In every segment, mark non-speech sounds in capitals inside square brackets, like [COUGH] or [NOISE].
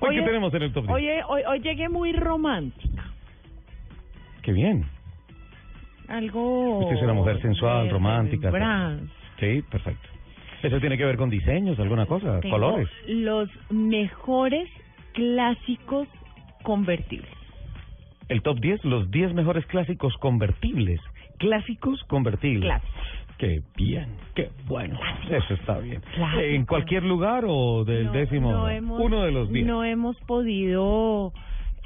¿Hoy qué tenemos en el top 10? Oye, hoy, hoy llegué muy romántica. Qué bien. Algo. Usted es una Oh, mujer sensual, de romántica. remembranza. Sí, perfecto. ¿Eso tiene que ver con diseños, alguna cosa? Tengo ¿Colores? Los mejores clásicos convertibles. El top 10, los 10 mejores clásicos convertibles. Clásicos convertibles. Clásicos. Qué bien, qué bueno. Eso está bien. Clásicos. ¿En cualquier lugar o del No, décimo? no hemos- uno de los 10. No hemos podido.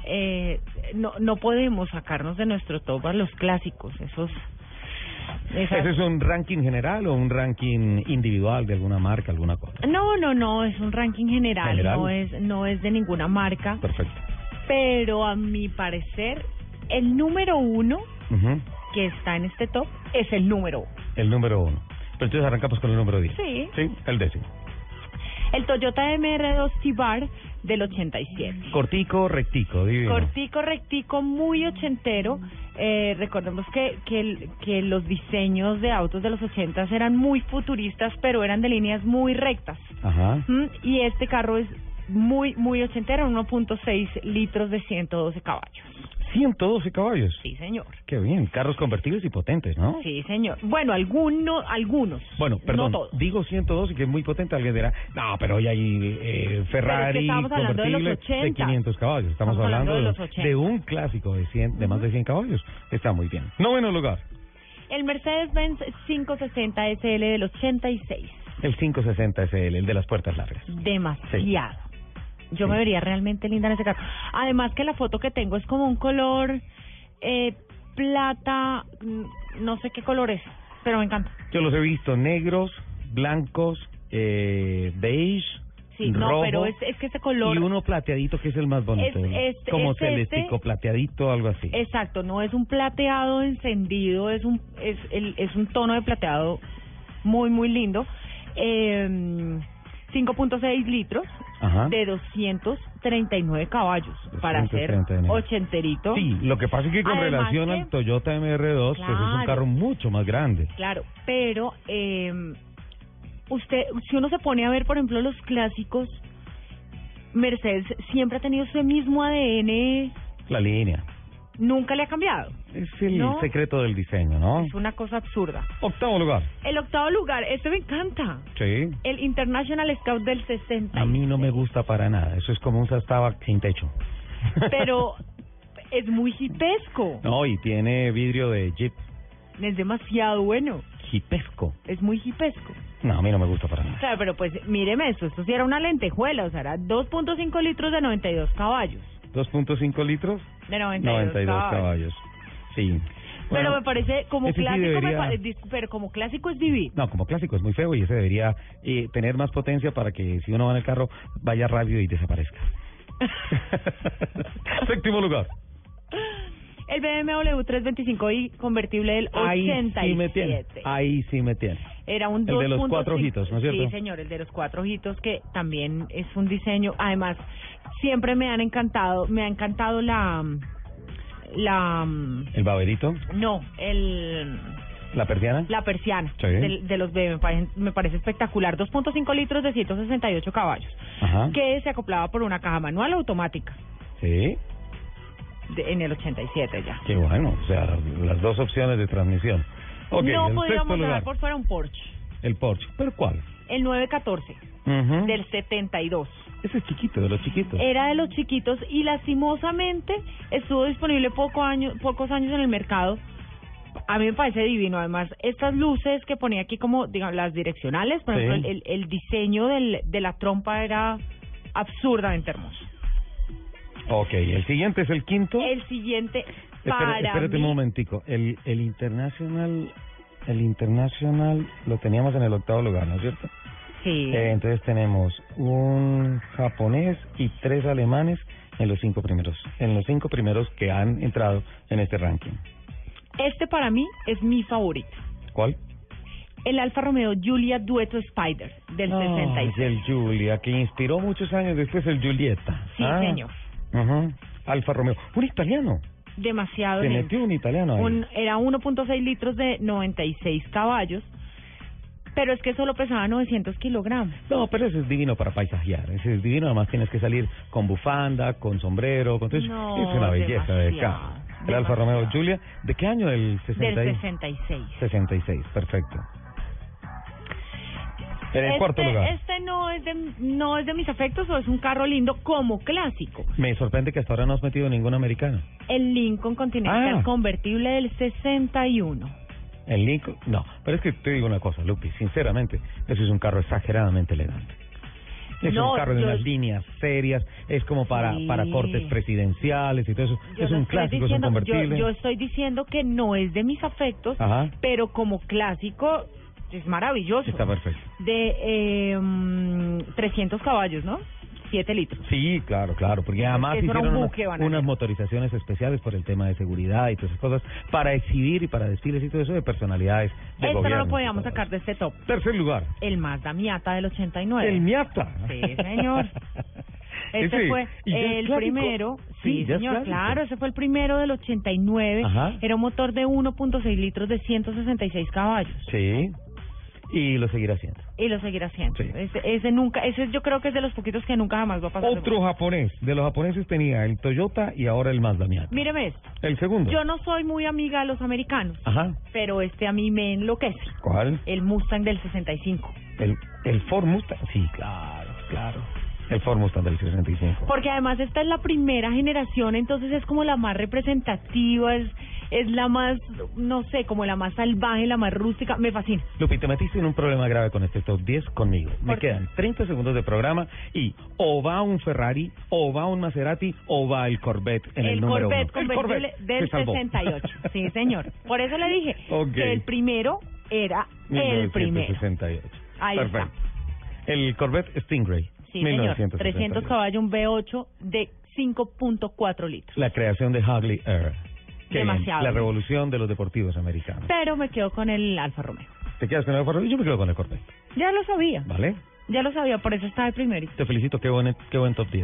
Eh, no, no podemos sacarnos de nuestro top a los clásicos. Esos. esas- ¿Ese es un ranking general o un ranking individual de alguna marca, alguna cosa? No, no, no, es un ranking general, General. no es no es de ninguna marca, Perfecto. pero a mi parecer el número uno Ujú. que está en este top es el número uno. El número uno. Pero entonces arrancamos con el número 10. Sí. Sí, el décimo. El Toyota MR2 T-Bar del 87. Cortico, rectico, divino. Cortico, rectico, muy ochentero. Eh, recordemos que, que, el- que los diseños de autos de los ochentas eran muy futuristas, pero eran de líneas muy rectas. Ajá. Mm, Y este carro es muy, muy ochentero, 1.6 litros de 112 caballos. 112 caballos. Sí, señor. Qué bien. Carros convertibles y potentes, ¿no? Sí, señor. Bueno, alguno, algunos. Bueno, perdón, No todos. digo 112 que es muy potente, alguien dirá, no, pero hoy hay eh, Ferrari estábamos hablando de los convertible 80. 500 caballos, estamos, Estamos hablando de hablando los de, 80. de un clásico de 100, de más de 100 caballos, está muy bien. Noveno lugar, El Mercedes-Benz 560 SL del 86. el 560 SL, el de las puertas largas. Demasiado. Yo Sí. me vería realmente linda en ese carro. Además que la foto que tengo es como un color eh, plata, mm, no sé qué color es, pero me encanta. Yo los he visto negros, blancos, eh, beige, Sí, rojo. no, pero es, es que ese color... Y uno plateadito que es el más bonito. Es- ¿no? este- como es celestico, este. plateadito, algo así. Exacto, no es un plateado encendido, es un es el es un tono de plateado muy muy lindo. Eh, 5.6 litros Ajá. de 239 caballos para ser 239. ochenterito. Sí, lo que pasa es que con Además relación que- al Toyota MR2, pues es un Claro. carro mucho más grande. Claro, pero eh, usted si uno se pone a ver, por ejemplo, los clásicos Mercedes siempre ha tenido ese mismo ADN, La línea. nunca le ha cambiado. Es el No. secreto del diseño, ¿no? Es una cosa absurda. Octavo lugar. El octavo lugar, este me encanta. Sí. El International Scout del 60. A mí no me gusta para nada. Eso es como un Sastava sin techo. Pero es muy hipesco. [LAUGHS] No, y tiene vidrio de jeep Es demasiado bueno. hipesco. Es muy hipesco. No, a mí no me gusta para nada. Claro, pero pues míreme esto. Esto sí era una lentejuela. O sea, era 2.5 litros de 92 caballos. 2.5 litros, De 92, 92 caballos. caballos. Sí. Pero Bueno, me parece como ese sí clásico, me debería- pare- dis- pero como clásico es divino. No, como clásico es muy feo y ese debería eh, tener más potencia para que si uno va en el carro vaya rápido y desaparezca. [LAUGHS] Séptimo lugar. [LAUGHS] El BMW 325i convertible del Ahí 87. sí me tiene. Ahí sí me tiene. Era un El de los 2.5. cuatro ojitos, ¿no es cierto? Sí, señor, el de los cuatro ojitos, que también es un diseño. Además, siempre me han encantado, me ha encantado la. La. El baberito, No, el. la persiana. La persiana Sí. del- de, los bebés, me parece, me parece espectacular. 2.5 litros de 168 caballos, Ajá. que se acoplaba por una caja manual automática Sí. de- en el 87 ya. Qué bueno. O sea, las dos opciones de transmisión. Ok, no el sexto podíamos lugar. dejar por fuera un Porsche, El Porsche. ¿Pero cuál? el 914 Ujú. del 72. Ese es chiquito, de los chiquitos. Era de los chiquitos y lastimosamente estuvo disponible poco año, pocos años en el mercado. A mí me parece divino. Además, estas luces que ponía aquí como, digamos, las direccionales, por Sí. ejemplo, el, el diseño del, de la trompa era absurdamente hermoso. Ok, el siguiente es el quinto. El siguiente, Espera- para espérate mí, un momentico. El, el International, el International lo teníamos en el octavo lugar, ¿no es cierto? sí, Eh, entonces tenemos un japonés y tres alemanes en los cinco primeros, en los cinco primeros que han entrado en este ranking. este para mí es mi favorito. ¿Cuál? El Alfa Romeo Julia Dueto Spider del Ay, 66. el Julia, que inspiró muchos años después el Julieta. Sí, Ah, señor. ujú. Alfa Romeo. Un italiano. Demasiado Se lindo. metió un italiano ahí. Un- era 1.6 litros de 96 caballos Pero es que solo pesaba 900 kilogramos. No, pero ese es divino para paisajear. Ese es divino. Además, tienes que salir con bufanda, con sombrero. Con todo eso. No, es una belleza de demasiado, carro. El Alfa demasiado. Romeo Julia. ¿De qué año? El 60 Del 66. 66. Perfecto. En el este, cuarto lugar. Este no es, de, no es de mis afectos o es un carro lindo como clásico. Me sorprende que hasta ahora no has metido ningún americano. El Lincoln Continental Ah. convertible del 61. El Lincoln. No, pero es que te digo una cosa, Lupi. Sinceramente, eso es un carro exageradamente elegante. Es No, un carro de yo- unas líneas serias, es como para, Sí. para cortes presidenciales y todo eso. Yo es no un estoy clásico, es un diciendo- convertible. Yo, yo estoy diciendo que no es de mis afectos, Ajá. pero como clásico es maravilloso. Está perfecto. De eh, mm, 300 caballos, ¿no? 7 litros. Sí, claro, claro, porque además Eso era un hicieron unas- buque unas, bananero. motorizaciones especiales por el tema de seguridad y todas esas cosas para exhibir y para desfiles y todo eso de personalidades de Esto no gobiernos y lo podíamos todo sacar eso. de este top. Tercer lugar, El Mazda Miata del 89. el Miata. Sí, [LAUGHS] señor. Este Ese, fue ¿y ya es el clásico? primero, sí, Sí, ya es señor, clásico. claro, ese fue el primero del 89, Ajá. era un motor de 1.6 litros de 166 caballos Sí, y lo seguirá haciendo. y lo seguirá haciendo. Sí. Ese, ese nunca, ese yo creo que es de los poquitos que nunca jamás va a pasar. de Otro moda. japonés, de los japoneses tenía el Toyota y ahora el Mazda Miata. Míreme esto, El segundo. yo no soy muy amiga de los americanos, Ajá. pero este a mí me enloquece, ¿Cuál? el Mustang del 65, El, el Ford Mustang. Sí, claro, claro. El Ford Mustang del 65. porque además esta es la primera generación, entonces es como la más representativa, es es la más, no sé, como la más salvaje, la más rústica, me fascina. Lupi, te metiste en un problema grave con este top 10 conmigo. Me ¿Por qué? quedan 30 segundos de programa y o va un Ferrari, o va un Maserati, o va el Corvette en el, el número Corvette uno. convertible del se salvó. 68. [LAUGHS] Sí, señor. Por eso le dije Ok. que el primero era el primero. 1968. Ahí Perfecto. El Corvette Stingray. Sí, señor. 1968. 300 caballos, un V8 de 5.4 litros. La creación de Harley Air. Qué bien. Demasiado. La revolución de los deportivos americanos. Pero me quedo con el Alfa Romeo. ¿Te quedas con el Ferrari? Yo me quedo con el Corvette. Ya lo sabía, ¿Vale? ya lo sabía, por eso estaba el primerito. Te felicito. Qué buen, qué buen top 10.